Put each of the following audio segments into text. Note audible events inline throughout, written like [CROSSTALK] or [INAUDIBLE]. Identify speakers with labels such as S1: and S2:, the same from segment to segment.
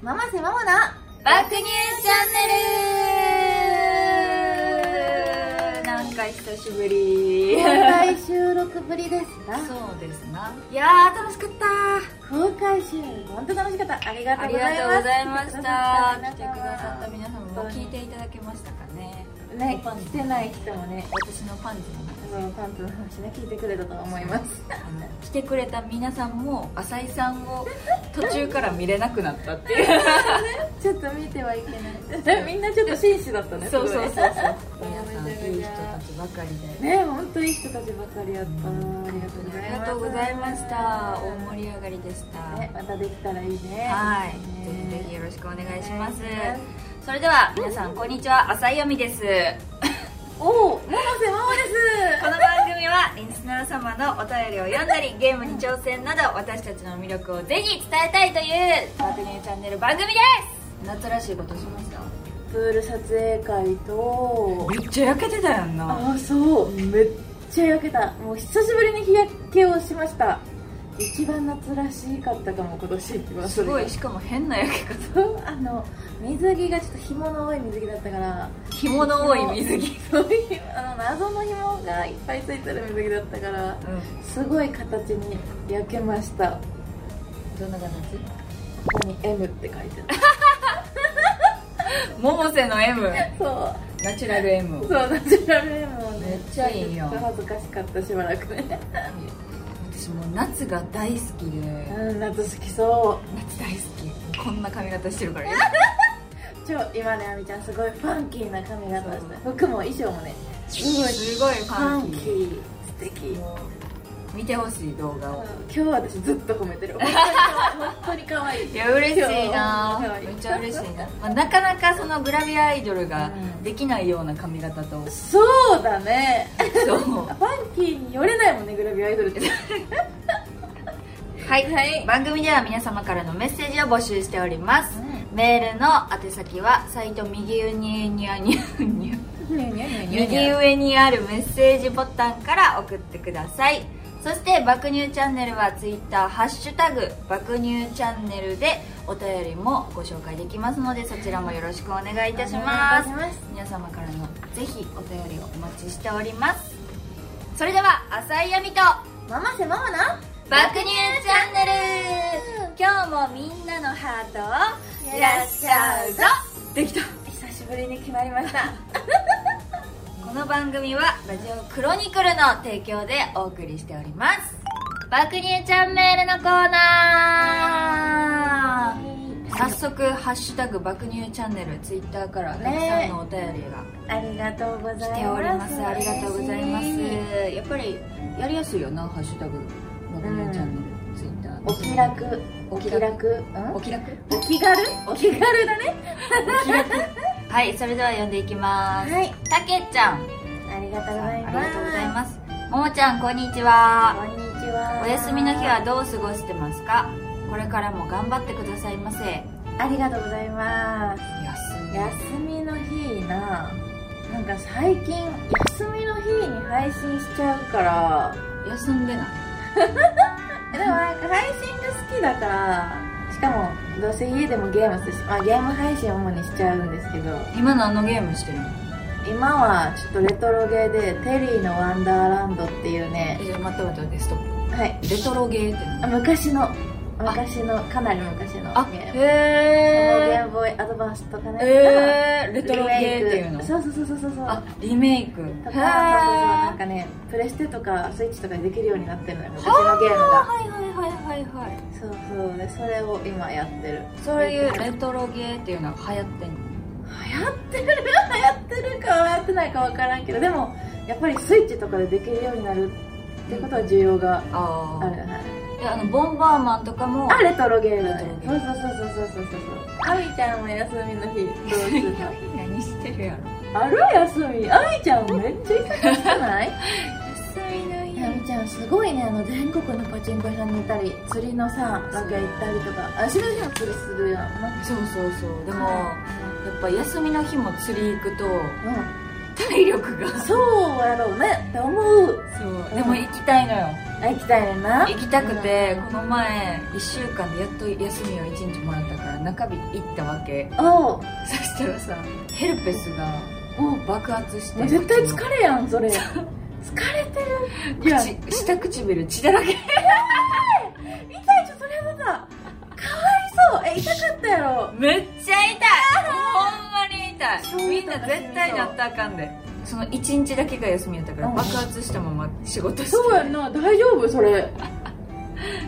S1: ママせママな
S2: バックニューチャンネルなんか久しぶり
S1: 公開収録ぶりですな
S2: そうですないやー楽しかった
S1: 公開収録本当楽しかったありがと
S2: あ
S1: う
S2: り
S1: ござ
S2: が
S1: い
S2: と
S1: ま
S2: う
S1: す
S2: ございました来
S1: 来
S2: て
S1: て
S2: く
S1: く
S2: だ
S1: だ
S2: さ
S1: さ
S2: っ
S1: った
S2: 皆
S1: た皆
S2: さ
S1: 様
S2: ん
S1: 本
S2: も
S1: 当に
S2: 聞いていただけましたかね
S1: ね来てない人もね
S2: 私のパンツの話
S1: あのパンツの話ね聞いてくれたと思います
S2: あの来てくれた皆さんも浅井さんを途中から見れなくなったっていう
S1: ちょっと見てはいけないみんなちょっと紳士だったね
S2: [LAUGHS] そうそうそう
S1: す
S2: そ
S1: ごいう
S2: 皆さんいい人たちばかりで
S1: ね本当いい人たちばかりやったありがとうござ
S2: あり
S1: います
S2: がとうございました大盛り上がりでした、
S1: ねまたできたらいいね
S2: はい、ぜ
S1: ね
S2: ひぜひよろしくお願いします
S1: お願いし。
S2: それでは皆さんこんにちは、浅井亜美です。
S1: おお百瀬ママで
S2: この番組はリスナー様のお便りを読んだり、ゲームに挑戦など私たちの魅力をぜひ伝えたいというバグニューチャンネル番組です。夏らしいことしました。
S1: すプール撮影会と
S2: めっちゃ焼けてたやんな。
S1: ああそうめっちゃ焼けたもう久しぶりに日焼けをしました一番夏らしかったかも今年一番
S2: す
S1: それ
S2: ご
S1: が
S2: いしかも変な焼け方。
S1: そうあの水着がちょっと紐の多い水着だったから
S2: 紐の多い水着。
S1: そういうあの謎の紐がいっぱいついてる水着だったから
S2: うん。
S1: すごい形に焼けましたこ
S2: どんな形？
S1: こに M って書いてた
S2: 百瀬の M、
S1: そう
S2: ナチュラル M
S1: そう。ナチュラル M をね
S2: めっちゃいいよ
S1: ちょっと恥ずかしかったしばらくね
S2: 私もう夏が大好きで。
S1: うん夏好きそ
S2: 夏大好きこんな髪型してるからね
S1: う超今ねあみちゃんすごいファンキーな髪型し
S2: そう
S1: て服も衣装もね
S2: すごいフ
S1: フ
S2: ァ
S1: ァ
S2: ンキ
S1: ンキ
S2: ー
S1: ー素敵
S2: 見てほしい動画を
S1: 今日は私ずっと褒めてる本当に可愛い本当に可愛い
S2: いや嬉しいな
S1: 今日
S2: めっちゃ嬉しいな、まあ、なかなかそのグラビアアイドルが
S1: うん
S2: できないような髪型と、
S1: そうだね
S2: そう
S1: ファンキーに寄れないもんねグラビアアイドルって
S2: はい、番組では皆様からのメッセージを募集しております、
S1: う
S2: メールの宛先はサイト右上ににゃにゃにゃ右上にあるメッセージボタンから送ってくださいそして「爆乳チャンネル」は Twitter「ハッシュタグ爆乳チャンネル」でお便りもご紹介できますのでそちらもよろしくお願いいたします
S1: お願いいたします
S2: 皆様からのぜひお便りをお待ちしておりますそれでは浅井亜美と
S1: ママせママな
S2: 爆乳チャンネル今日もみんなのハートをいらっしゃうぞできた
S1: 久しぶりに決まりました
S2: この番組はラジオクロニクルの提供でお送りしております爆乳チャンネルのコーナー早速「ハッシュタグ爆乳チャンネル」ツイッターからたくさんのお便りが
S1: ありがとうございます
S2: 来ております、ありがとうございます
S1: 嬉し
S2: やっぱりやりやすいよな「ハッシュタグ爆乳チャンネル」ツイッター
S1: お気楽お気楽うん
S2: お気楽
S1: お気軽お気軽だね
S2: はいそれでは読んでいきます、
S1: はい
S2: たけちゃん
S1: ありがとうご
S2: あ
S1: ざい
S2: り
S1: ます
S2: がとうございますももちゃんこんにちは
S1: こんにちは
S2: お休みの日はどう過ごしてますかこれからも頑張ってくださいませ休
S1: ありがとうございます休みの日ななんか最近休みの日に配信しちゃうから
S2: 休んでない
S1: でもなんか配信が好きだからしかもどうせ家でもゲームするし、まあ、ゲーム配信主にしちゃうんですけど
S2: 今何のゲームしてるの
S1: 今はちょっとレトロゲーで「テリーのワンダーランド」っていうね
S2: え待って待って待ってストッ
S1: はい
S2: プレトロゲーって
S1: あ昔の昔のかなり昔の
S2: あ
S1: ゲームゲ
S2: へ
S1: ームボーイアドバンスとかね
S2: ええー、レトロゲーっていう
S1: リメイク
S2: の
S1: そうそうそうそうそうそう
S2: あリメイクへ
S1: とかそうそうそ
S2: え
S1: うなん
S2: は
S1: かねプレステとかスイッチとかでできるようになってるのよ昔のゲーム
S2: いは
S1: が
S2: いはいはいはい
S1: そうそうでそれを今やってる
S2: そういうレトロゲーっていうのは流行ってんの
S1: 流行ってる流行ってるか流行ってないか分からんけどでもやっぱりスイッチとかでできるようになるってことは需要が
S2: あ
S1: ある、はい
S2: あいやあのボンバーマンとかも
S1: あレトロゲームだ
S2: レ
S1: ね
S2: ト
S1: そ
S2: ロ
S1: うそうそうそうそうそうそうあみちゃんも休みの日どうするの
S2: [LAUGHS] 何してるやろ
S1: [LAUGHS] ある休みあみちゃんめっちゃ忙しくない
S2: 休みの
S1: あみちゃんすごいねあの全国のパチンコ屋さんにいたり釣りのさロケ行ったりとかあしらしも釣りするやんな
S2: そうそうそうでもやっぱ休みの日も釣り行くと
S1: う
S2: 体力が
S1: そうやろうねって思う
S2: そうでも行きたいのよ
S1: あ行きたいねんな
S2: 行きたくて、
S1: うん
S2: この前1週間でやっと休みを1日もらったから中日行ったわけ
S1: おう
S2: そしたらさヘルペスが
S1: おう
S2: 爆発して
S1: もう絶対疲れやんそれ疲れてるいや痛い
S2: 口下唇血だらけ
S1: ちょそれはさかわいそうえ痛かったやろ
S2: めっちゃ痛いほんまに痛いみんな絶対なったらあかんでその1日だけが休みやったから
S1: うん
S2: 爆発したまま仕事して
S1: そうやんな大丈夫それ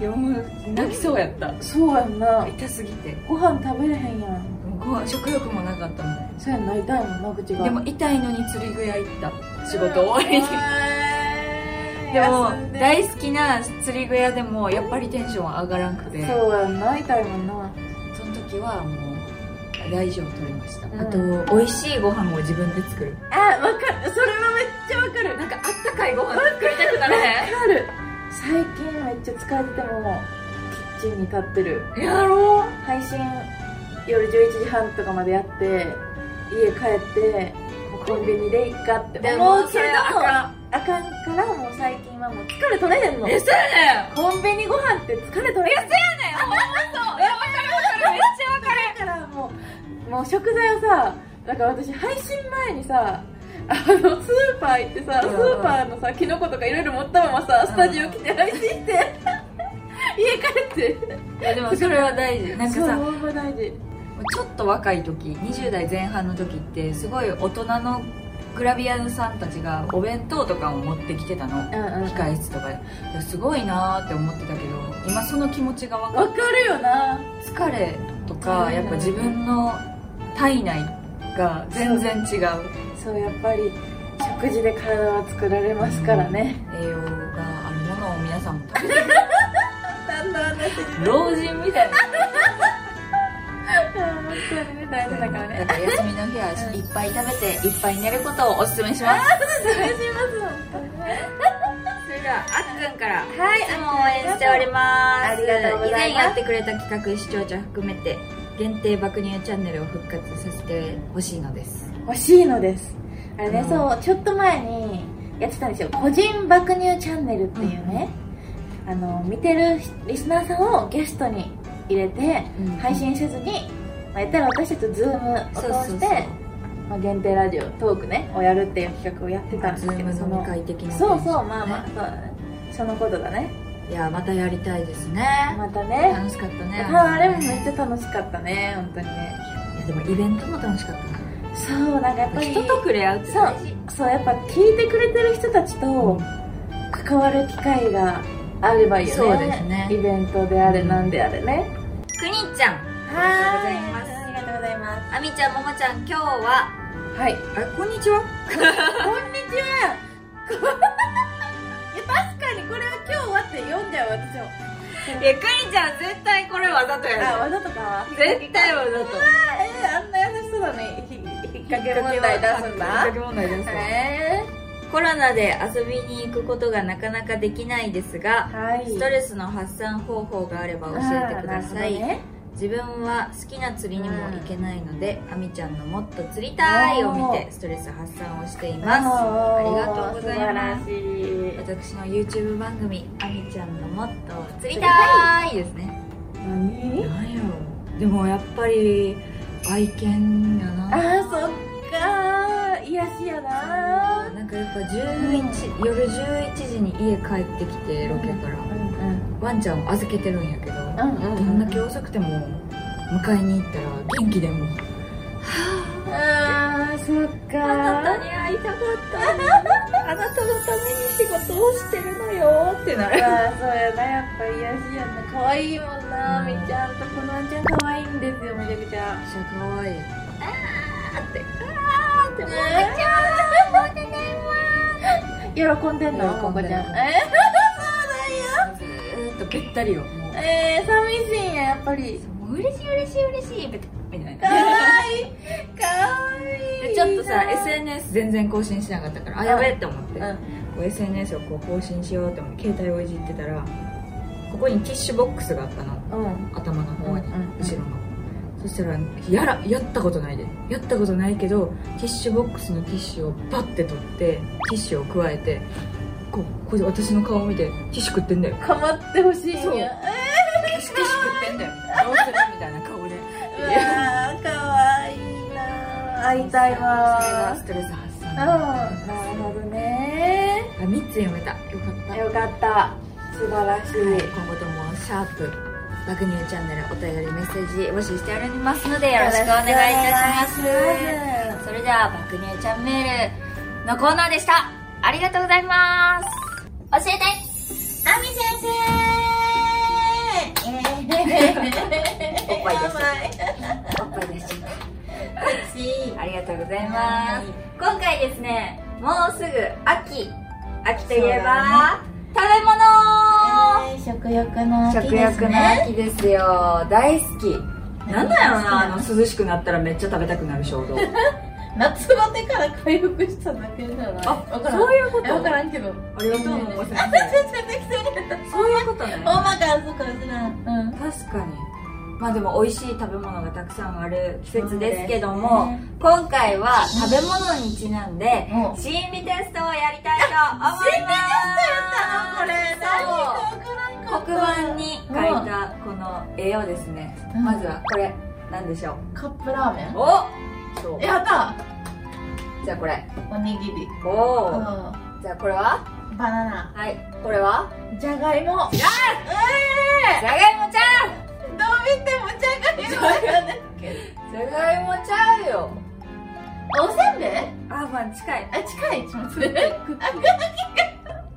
S2: いやもう泣きそうやった
S1: そうやんな
S2: 痛すぎて
S1: ご飯食べれへんやん
S2: もうご飯食欲もなかったもん
S1: そうやんな痛いもんな口が
S2: でも痛いのに釣り具屋行った仕事終わりに [LAUGHS] でも大好きな釣り具屋でもやっぱりテンション上がらんくて
S1: そうやんな痛いもんな
S2: その時はもう大丈夫取りました、
S1: うん
S2: あと美味しいご飯を自分で作る
S1: あわかるそれはめっちゃわかる
S2: なんかあったかいご飯作りたくなれへん
S1: わかる最近めっちゃ疲れててもキッチンに立ってる
S2: やろ
S1: 配信夜11時半とかまでやって家帰ってもうコンビニでいっかって
S2: で
S1: も
S2: も
S1: う
S2: そ
S1: それ
S2: れ
S1: で
S2: でもあ
S1: もあ
S2: かん
S1: かんからもう最近はもう疲れ取れへんの
S2: えそうやねん
S1: コンビニご飯って疲れ取れへん
S2: ねほんまそういやわかるわかるめっちゃわかる
S1: だからもうもう食材をさだから私配信前にさあのスーパー行ってさス
S2: うん
S1: ーパーのさキノコとかいろいろ持ったままさスタジオ来て配信して [LAUGHS] 家帰って
S2: いやでもそれは大事なんか
S1: そう
S2: さ
S1: ほんま大事
S2: ちょっと若い時20代前半の時ってすごい大人のグラビアさんたちがお弁当とかを持ってきてたの
S1: うんうんわ
S2: 控え室とかでいやすごいなーって思ってたけど今その気持ちが分かる
S1: かるよな
S2: 疲れとかやっぱ自分の体内が全然違う
S1: そうやっぱり食事で体は作られますからね
S2: 栄養があるものを皆さんも食べて
S1: だんだん私に
S2: 老人みたいな
S1: 本当に大 [LAUGHS] 事だからね
S2: だから休みの日はいっぱい食べていっぱい寝ることをおすすめします
S1: お願いします本当にね
S2: それではあっくんから
S1: はい
S2: いつも応援しております
S1: ありがとうございます
S2: 以前やってくれた企画視聴者含めて限定爆乳チャンネルを復活させてほしいのです
S1: 欲しいのですあれね、
S2: うん
S1: そうちょっと前にやってたんですよ個人爆乳チャンネルっていうね、あの見てるリスナーさんをゲストに入れて
S2: うん
S1: 配信せずに、まあ、やったら私たちとズームを通
S2: そうそう
S1: し
S2: そ
S1: て
S2: う
S1: まあ、限定ラジオトークねをやるっていう企画をやってたんで
S2: ズ
S1: すけ
S2: ー
S1: どそ
S2: ム飲
S1: の
S2: み会的な
S1: そうそうまあまあそうだねそのことだね
S2: いやまたやりたいですね
S1: またね
S2: 楽しかったね
S1: ああれもめっちゃ楽しかったね本当にね
S2: いやでもイベントも楽しかった
S1: そうなんかやっぱ
S2: な
S1: り
S2: 人と触れ合うって大事
S1: そうやっぱ聞いてくれてる人たちと関わる機会があればいいよね
S2: そうですね
S1: イベントであれなんであれね
S2: くにちゃんはい
S1: ありがとうございます
S2: あみちゃんももちゃん今日は
S1: はい
S2: あこんにちは
S1: こんにちは [LAUGHS] いや確かにこれは今日はって読んじゃう私も
S2: いやくにちゃん絶対これわざと
S1: あ
S2: や
S1: わざとか
S2: で絶対わざと
S1: えーあんな優しそうなのにひ引っ掛け問題出すんだ
S2: 引っ掛け問題出すわ
S1: え
S2: コロナで遊びに行くことがなかなかできないですが、
S1: はい
S2: ストレスの発散方法があれば教えてください、自分は好きな釣りにも行けないので、あみちゃんの「もっと釣りたい」を見てストレス発散をしていますありがとうございます
S1: 素晴らし
S2: 私
S1: い
S2: の YouTube 番組「あみちゃんのもっと釣りたーい」ですね
S1: 何
S2: 何やろでもやっぱり愛犬や
S1: あ
S2: な
S1: ーそっかー癒しやな
S2: なんかやっぱ11、夜11時に家帰ってきてロケから、
S1: ーうん
S2: ワンちゃんを預けてるんやけど、
S1: うんうん
S2: どんだけ遅くても迎えに行ったら元気でも
S1: あーそっか
S2: に会いたかったあなたのために仕事をしてるのよってな
S1: ーあーそうやなやっぱ癒しやな可愛いもんな
S2: うん
S1: みちゃんとこのあんちゃん可愛いんですよめちゃくちゃ
S2: めっちゃ可愛いあーってあーって
S1: ね
S2: ゃんもうてね
S1: 喜んでんの
S2: 喜
S1: こ
S2: んで
S1: こ
S2: る
S1: ちゃんえーそう
S2: ーずーっとべったりよもう
S1: なんやえー寂しいんややっぱり
S2: もう嬉しい嬉しい嬉しいべたみたい [LAUGHS]
S1: か
S2: な
S1: わいいかわいい
S2: でちょっとさ
S1: いいな
S2: SNS 全然更新してなかったからあやべえって思って、
S1: うん
S2: こう SNS をこう更新しようって思って携帯をいじってたらここにティッシュボックスがあったの
S1: うん
S2: 頭の方に、
S1: うんうんうん
S2: 後ろの
S3: そしたらやらやったことないでやったことないけどティッシュボックスのティッシュをバッて取ってティッシュを加えてこうこれで私の顔を見てティッシュ食ってんだよ
S1: かまってほしいんや
S3: そう
S1: うわ
S3: ティッシュティッシュ食ってんだよどうするみたいな顔で
S1: ーかわいいな会いたい
S3: それ
S1: わ
S3: がストレス発
S1: うん
S3: 散
S1: なるほどね
S3: あ3つ読めたよかった
S1: よかった素晴らしい、
S3: はい、今後ともシャープ爆乳チャンネルお便りメッセージ募集しておりますのでよろしくお願いいたします
S2: それでは爆乳ちゃんメールのコーナーでしたありがとうございます教えてあみ先生おっぱいですおっぱい出しちゃったありがとうございます今回ですねもうすぐ秋秋といえば、食
S1: 食欲の
S2: べ物
S1: 秋です
S2: 食欲の
S1: ね
S2: 秋ですよ大好き
S3: なんだよなあの涼しくなったらめっちゃ食べたくなる衝動
S1: 夏バテから回復しただけじゃない
S3: あ
S1: わからん
S3: そういうこと
S1: えわからんけど
S3: ありがとうもこ先
S1: 全然適当に
S3: 生そういうことね
S1: ほんまかそうかもしらんうん
S3: 確かにまあでも美味しい食べ物がたくさんある季節ですけども、
S2: 今回は食べ物にちなんで
S1: もう
S2: 心理テストをやりたいと思います
S1: これ何かわからんかった
S2: 黒板に書いたこの絵をですね、
S1: うん
S2: まずはこれ何でしょう
S1: カップラーメン
S2: おそう
S1: やった
S2: じゃあこれ
S1: おにぎり
S2: お
S1: う
S2: お、
S1: ん
S2: じゃあこれは
S1: バナナ
S2: はいこれは
S1: じゃがいも
S2: じゃあじゃがいもちゃ
S1: どう見てもじゃがいもだね
S2: んじゃがいもちゃうよ
S1: おせんべい
S2: あまあ近い
S1: あ近いちょっと待って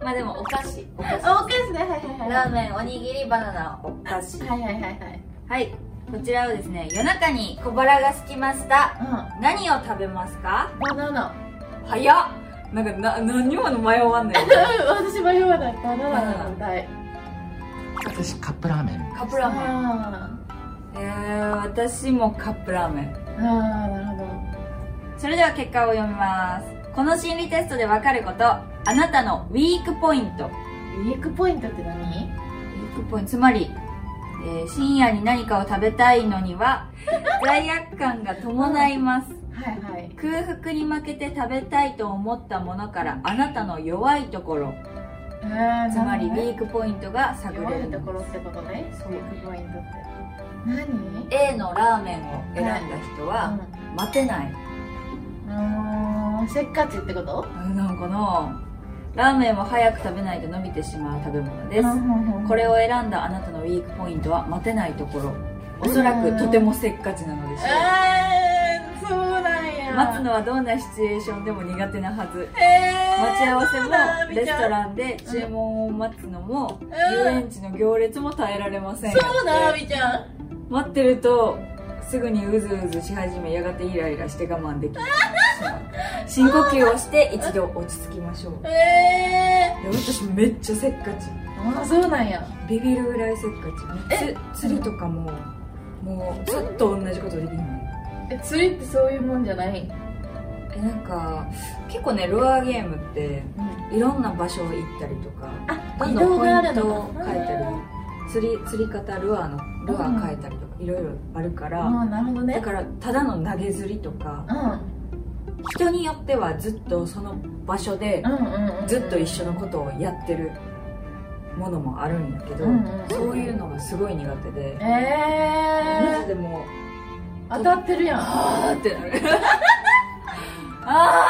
S2: まあでもお菓子お菓子
S1: あお菓子ねはいはい
S2: ラーメンおにぎりバナナお菓子
S1: はいはいはいはい
S2: はいこちらをですね夜中に小腹が空きました
S1: う
S2: 何を食べますか
S1: んバナナ
S3: 早っなんかな何にも迷わんね
S1: [LAUGHS]
S3: ん
S1: うん私迷わないバナナが食べたい
S4: 私カップラーメン
S3: カップラーメン
S1: あ
S3: えー、私もカップラーメン
S1: ーあーなるほど
S2: それでは結果を読みますこの心理テストでわかることあなたのウィークポイントウ
S1: ウィークポイントって何
S2: ィークポイントつまり、えー深夜に何かを食べたいのに
S1: [LAUGHS]
S2: は罪悪感が伴います
S1: はいはい
S2: 空腹に負けて食べたいと思ったものからあなたの弱いところつ
S1: つ
S2: まりウィークポイントが探
S1: 弱
S2: れ
S1: い
S2: る
S1: ところってことね
S2: そう
S1: ウィークポイントって何
S2: A のラーメンを選んだ人は待てない
S1: うんうーんせっかちってこと
S2: あれなのかなラーメンは早く食べないと伸びてしまう食べ物です、こ
S1: れ
S2: れを選んだあなたのウィークポイントは待てないところおそら
S1: うん
S2: くとてもせっかちなのでしょ
S1: えーそうなんや
S2: う待つのはどんなシチュエーションでも苦手なはず
S1: えー
S2: 待ち合わせ
S1: そうなん
S2: も
S1: だ
S2: レストランで注文を待つのも遊
S1: うん
S2: 園地の行列も耐えられません
S1: そうだあみちゃん
S2: 待ってるとすぐにうずうずし始めやがてイライラして我慢
S1: [LAUGHS]
S2: できない深呼吸をして一度落ち着きましょう
S1: え
S3: いや私めっちゃせっかち
S1: ーあそうなんや
S3: ビビるぐらいせっかちつ釣りとかももうずっと同じことできない
S1: え釣りってそういうもんじゃない
S3: えなんか結構ねルアーゲームっていろんな場所行ったりとかどん
S1: 移
S3: どん
S1: 動
S3: ポイ
S1: があ
S3: ン
S1: る
S3: ト
S1: の
S3: を変えたり釣り釣り方ルアーのルアー変えたりとかいろいろあるか
S1: あ
S3: ら
S1: ーなるほど
S3: だ
S1: ね
S3: からただの投げ釣りとか
S1: うん
S3: 人によってはずっとその場所で
S1: うんうんうん
S3: ずっと一緒のことをやってるものもあるんだけど
S1: うんうん
S3: そういうのがすごい苦手で
S1: え
S3: マジ
S1: え
S3: でもう
S1: ー、当たってるやんあ
S3: あーってなる [LAUGHS] あ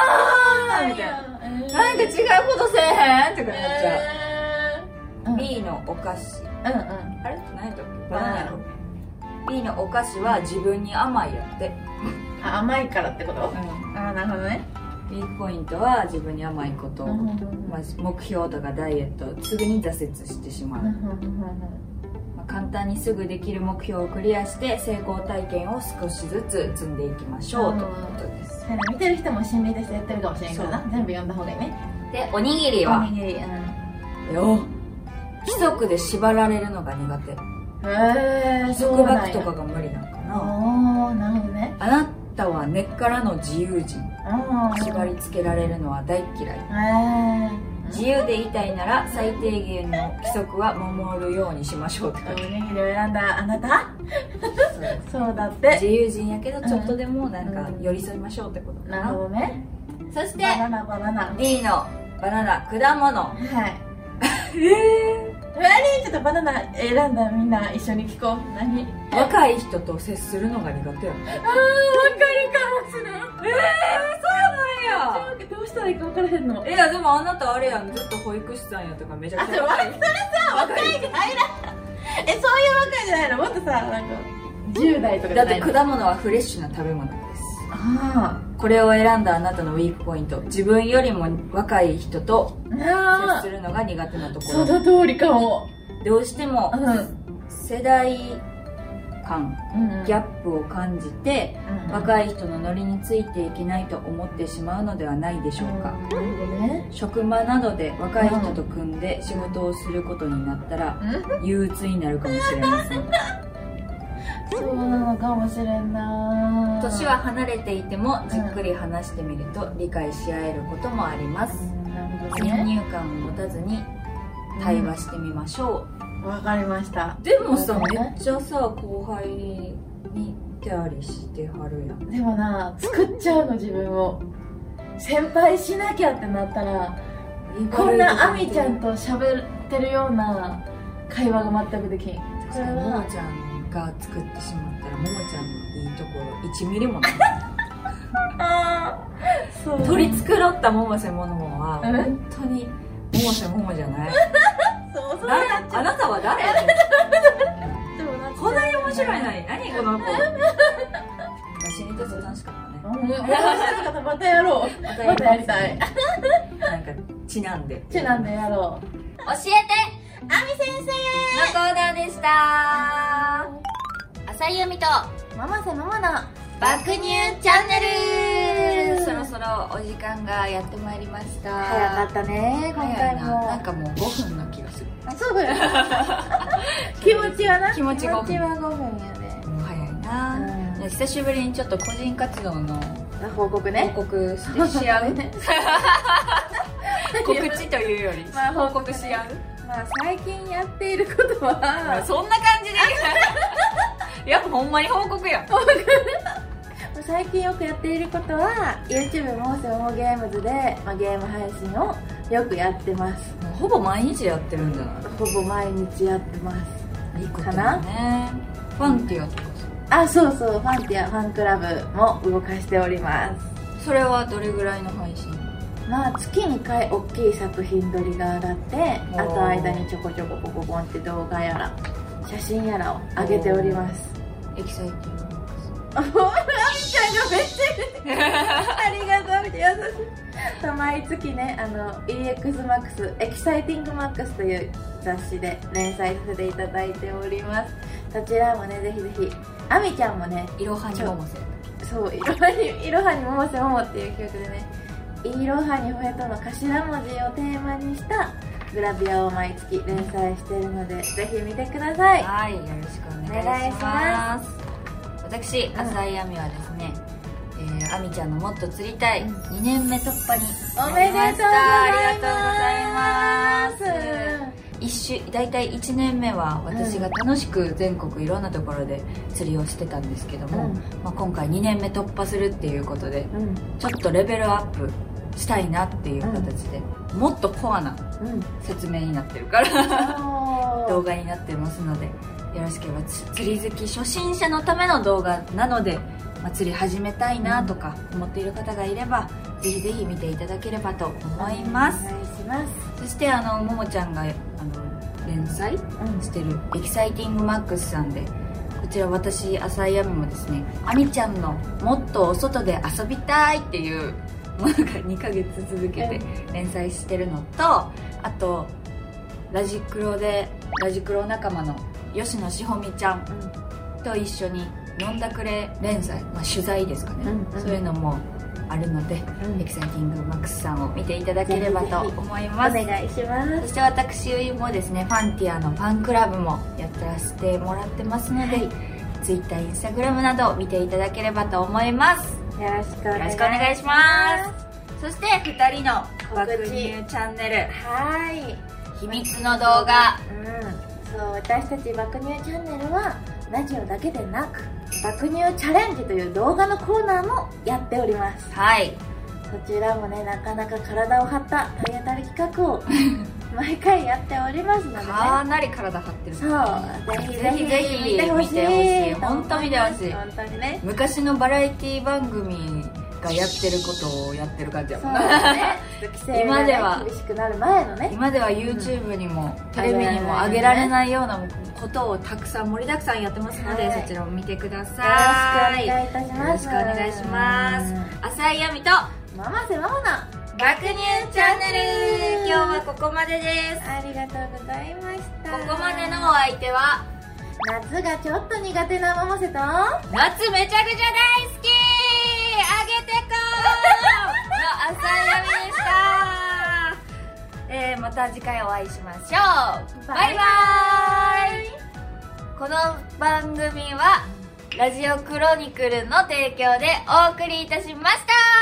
S3: ーみたいななんか違うことせえへんとかなっちゃう、
S1: うん
S3: B のお菓子
S1: うんうん
S3: あれ何やったっけバナナやろ B のお菓子は自分に甘いやって、
S1: あ甘いからってことあ
S3: う
S1: あなるほどね
S3: ん、B ポイントは自分に甘いこと、
S1: うんうん
S3: まあ、目標とかダイエットすぐに挫折してしまう、まあ簡単にすぐできる目標をクリアして成功体験を少しずつ積んでいきましょうということです
S1: 見てる人も心理テストやってるかもしれんからな全部読んだ方がいいね
S2: でおにぎり
S1: お
S2: は
S1: にぎりうんへ
S3: よ規則で縛られるのが苦手
S1: えそう
S3: 束
S1: なん
S3: 縛
S1: や
S3: とかが無理なのかな
S1: おーなるほどね
S3: あなたは根っからの自由人
S1: うん
S3: 縛り付けられるのは大っ嫌い
S1: えー
S3: 自由でいたいなら最低限の規則は守るようにしましょうって
S1: おにぎりを選んだあなた
S3: そうです
S1: そうだって
S2: 自由人やけどちょっとでもなんか寄り添いましょうってことか
S1: なる
S2: な、
S1: ほどね
S5: そして
S1: バナナバナナ
S2: D のバナナ果物
S1: はい
S2: え
S1: 何ちょっとバナナ選んだみんな一緒に聞こう何
S2: ー、若い人と接するのが苦手やね
S1: あーわかるかもしれん
S2: や
S1: えどうしたらいいか分からへんの
S2: いやでもあなたあれやんずっと保育士さんやとかめちゃ
S1: あ
S2: く
S1: そ
S2: ち
S1: れ
S2: ゃ
S1: 若
S2: 若い
S1: いそれさ若いじゃないなえそういう若いじゃないのもっとさなんか10代とかじ
S2: だ
S1: ゃ
S2: っ
S1: な
S2: て
S1: いの
S2: 果物はフレッシュな食べ物です
S1: あ
S2: これを選んだあなたのウィークポイント自分よりも若い人と
S1: ー
S2: 接
S1: あ
S2: するのが苦手なと
S1: ー
S2: こ
S1: そ
S2: ろ
S1: の通りかも
S2: どうしても
S1: うん
S2: 世代間
S1: うん
S2: ギャップを感じて若い人のノリについていけないと思ってしまうのではないでしょうか
S1: なるほどね
S2: 職場などで若い人と組んで仕事をすることになったら憂鬱になるかもしれません
S1: そうなのかもしれんな
S2: [LAUGHS] 年は離れていてもじっくり話してみると理解し合えることもあります
S1: うんなるほど
S2: 先
S1: ね
S2: 入観を持たずに対話してみましょう、
S1: わかりました
S2: でもさ、
S1: そう
S2: め
S1: だね
S2: っちゃさ、後輩に手ありしてはるやん。
S1: でもな作っちゃうの自分を先輩しなきゃってなったらこんなアミちゃん
S2: と。
S1: と喋ってるような会話が全くできんこれ
S2: もも
S1: は
S2: ちゃんが作ってしまったら、ももちゃんのいいところ、1ミリもない。
S1: ああそう
S2: 取り繕った百瀬ももは、
S1: うん
S2: 本当に、百瀬ももじゃない。
S1: そうそう
S2: 誰あなたは誰
S1: でもなんか
S2: こんなに面白いのに、何この子。死にたそう楽しかったね。
S1: うん面白いことまたやろう
S2: ま
S1: またやりたい。
S2: なんか、ちなんで。
S1: ちなんでやろう
S5: 教えてあみ先生のコーナーでした浅井由美と
S1: ママせママな
S5: 爆乳チャンネルそろそろお時間がやってまいりました
S1: 早かったね今
S2: 早
S1: 回
S2: いな。
S1: も
S2: なんかもう5分の気がする。
S1: あそうだよ気持ちはな
S2: 気持ち5分
S1: 気持は5分やね
S2: もう早いな、
S1: う
S2: ね久しぶりにちょっと個人活動の
S1: ん報告
S2: 報
S1: ね
S2: 告してし合う
S1: [LAUGHS]
S2: 告知というより
S1: まあ
S2: 報告し合う、
S1: まあ最近やっていることは
S2: そんな感じでやっぱほんまに報告やん
S1: 最近よくやっていることは YouTube もセモゲームズで、まあ、ゲーム配信をよくやってます
S2: ほぼ毎日やってるんじゃな
S1: ほぼ毎日やってます
S2: いいいこと
S1: かな
S2: だねファンティアとか
S1: あそうそうファンティアファンクラブも動かしております
S2: さそれはどれぐらいの配信
S1: まあ月2回大きい作品撮りが上がって
S2: おー
S1: あと間にちょこちょこポコポンって動画やら写真やらを上げております
S2: エキサイティング
S1: [LAUGHS] あみちゃんがめっち [LAUGHS] ゃありがとう優しいと毎月ねあの EXMAX エキサイティングマックスという雑誌で連載させていただいておりますそちらもねぜひぜひあみちゃんもね
S2: いろはにももせ
S1: そう「いろはにいろはにももせもも」っていう曲でね「いろはにほえと」の頭文字をテーマにしたグラビアを毎月連載しているのでぜひ見てください
S2: はいよろしくお
S1: お願
S2: 願
S1: い
S2: い
S1: し
S2: し
S1: ま
S2: ます私浅井亜美はですね、えー、亜美ちゃんのもっと釣りたい
S1: うん
S2: 2年目突破に
S1: おめでとうございます
S2: ありがとうございます一週大体1年目は私が楽しく全国いろんなところで釣りをしてたんですけども、
S1: うん
S2: まあ、今回2年目突破するっていうことで
S1: うん
S2: ちょっとレベルアップしたいなっていう形で、もっとコアな [LAUGHS]
S1: うん
S2: 説明になってるから
S1: あー
S2: 動画になってますのでよろしければつ釣り好き初心者のための動画なので、まあ、釣り始めたいなとか思っている方がいればぜひぜひ見ていただければと思います
S1: お願いします
S2: そしてあのももちゃんがあの連載
S1: うん
S2: してるエキサイティングマックスさんでこちら私浅井亜美もですね亜美ちゃんの「もっとお外で遊びたい」っていうものが2ヶ月続けて連載してるのとあとラジクロでラジクロ仲間の吉野志保美ちゃんと一緒に飲んだくれ連載、まあ、取材ですかね、
S1: うんうん
S2: そういうのもあるので、
S1: うん
S2: エキサイティングマックスさんを見ていただければと思い
S1: お
S2: ます
S1: 願いしま
S2: そ
S1: す
S2: して私もですねファンティアのファンクラブもやってらせてもらってますので、Twitter、Instagram など見ていただければと思います
S1: よろしくお
S2: よろ
S1: 願い
S2: し
S1: し
S2: くお願いしま
S1: ま
S2: そ
S1: す
S2: して2人の
S1: 告知
S2: 爆乳チャンネ
S1: すはい
S2: ル秘密の動画
S1: うん、そう私たち爆乳チャンネルはラジオだけでなく爆乳チャレンジという動画のコーナーもやっております
S2: はい
S1: そちらもねなかなか体を張った体当たり企 [LAUGHS] 画を毎回やっておりますのでね
S2: かなり体張ってる
S1: そうぜ
S2: ぜ
S1: ひ
S2: ひ
S1: ぜ
S2: ぜ
S1: ひ
S2: ひ
S1: 見てほしい
S2: 見てほしい本当見てほしい
S1: 本当にね
S2: 昔のバラエティ番組がやってることをやってる感じや
S1: そ
S2: も
S1: うん
S2: な
S1: ですねちょっと規制が
S2: [LAUGHS] 今で
S1: ね
S2: は
S1: 厳しくなる前のね
S2: 今では YouTube にも、
S1: ん
S2: テレビにも上げられないようなことをたくさん盛りだくさんやってますので、
S1: はい
S2: そちらも見てくだ
S1: よろ
S2: さい
S1: しくお願いいたします
S2: よろしくお願いします浅井亜美と
S1: うんママセママナ
S2: 爆乳チャンネル今日はここまでです
S1: ありがとうございました
S2: ここまでのお相手は
S1: 夏がちょっと苦手なママセとバ
S2: 夏めちゃくちゃ大好きあげてこーの浅井亜美でしたえー、また次回お会いしましょうバイバイこの番組はラジオクロニクルの提供でお送りいたしました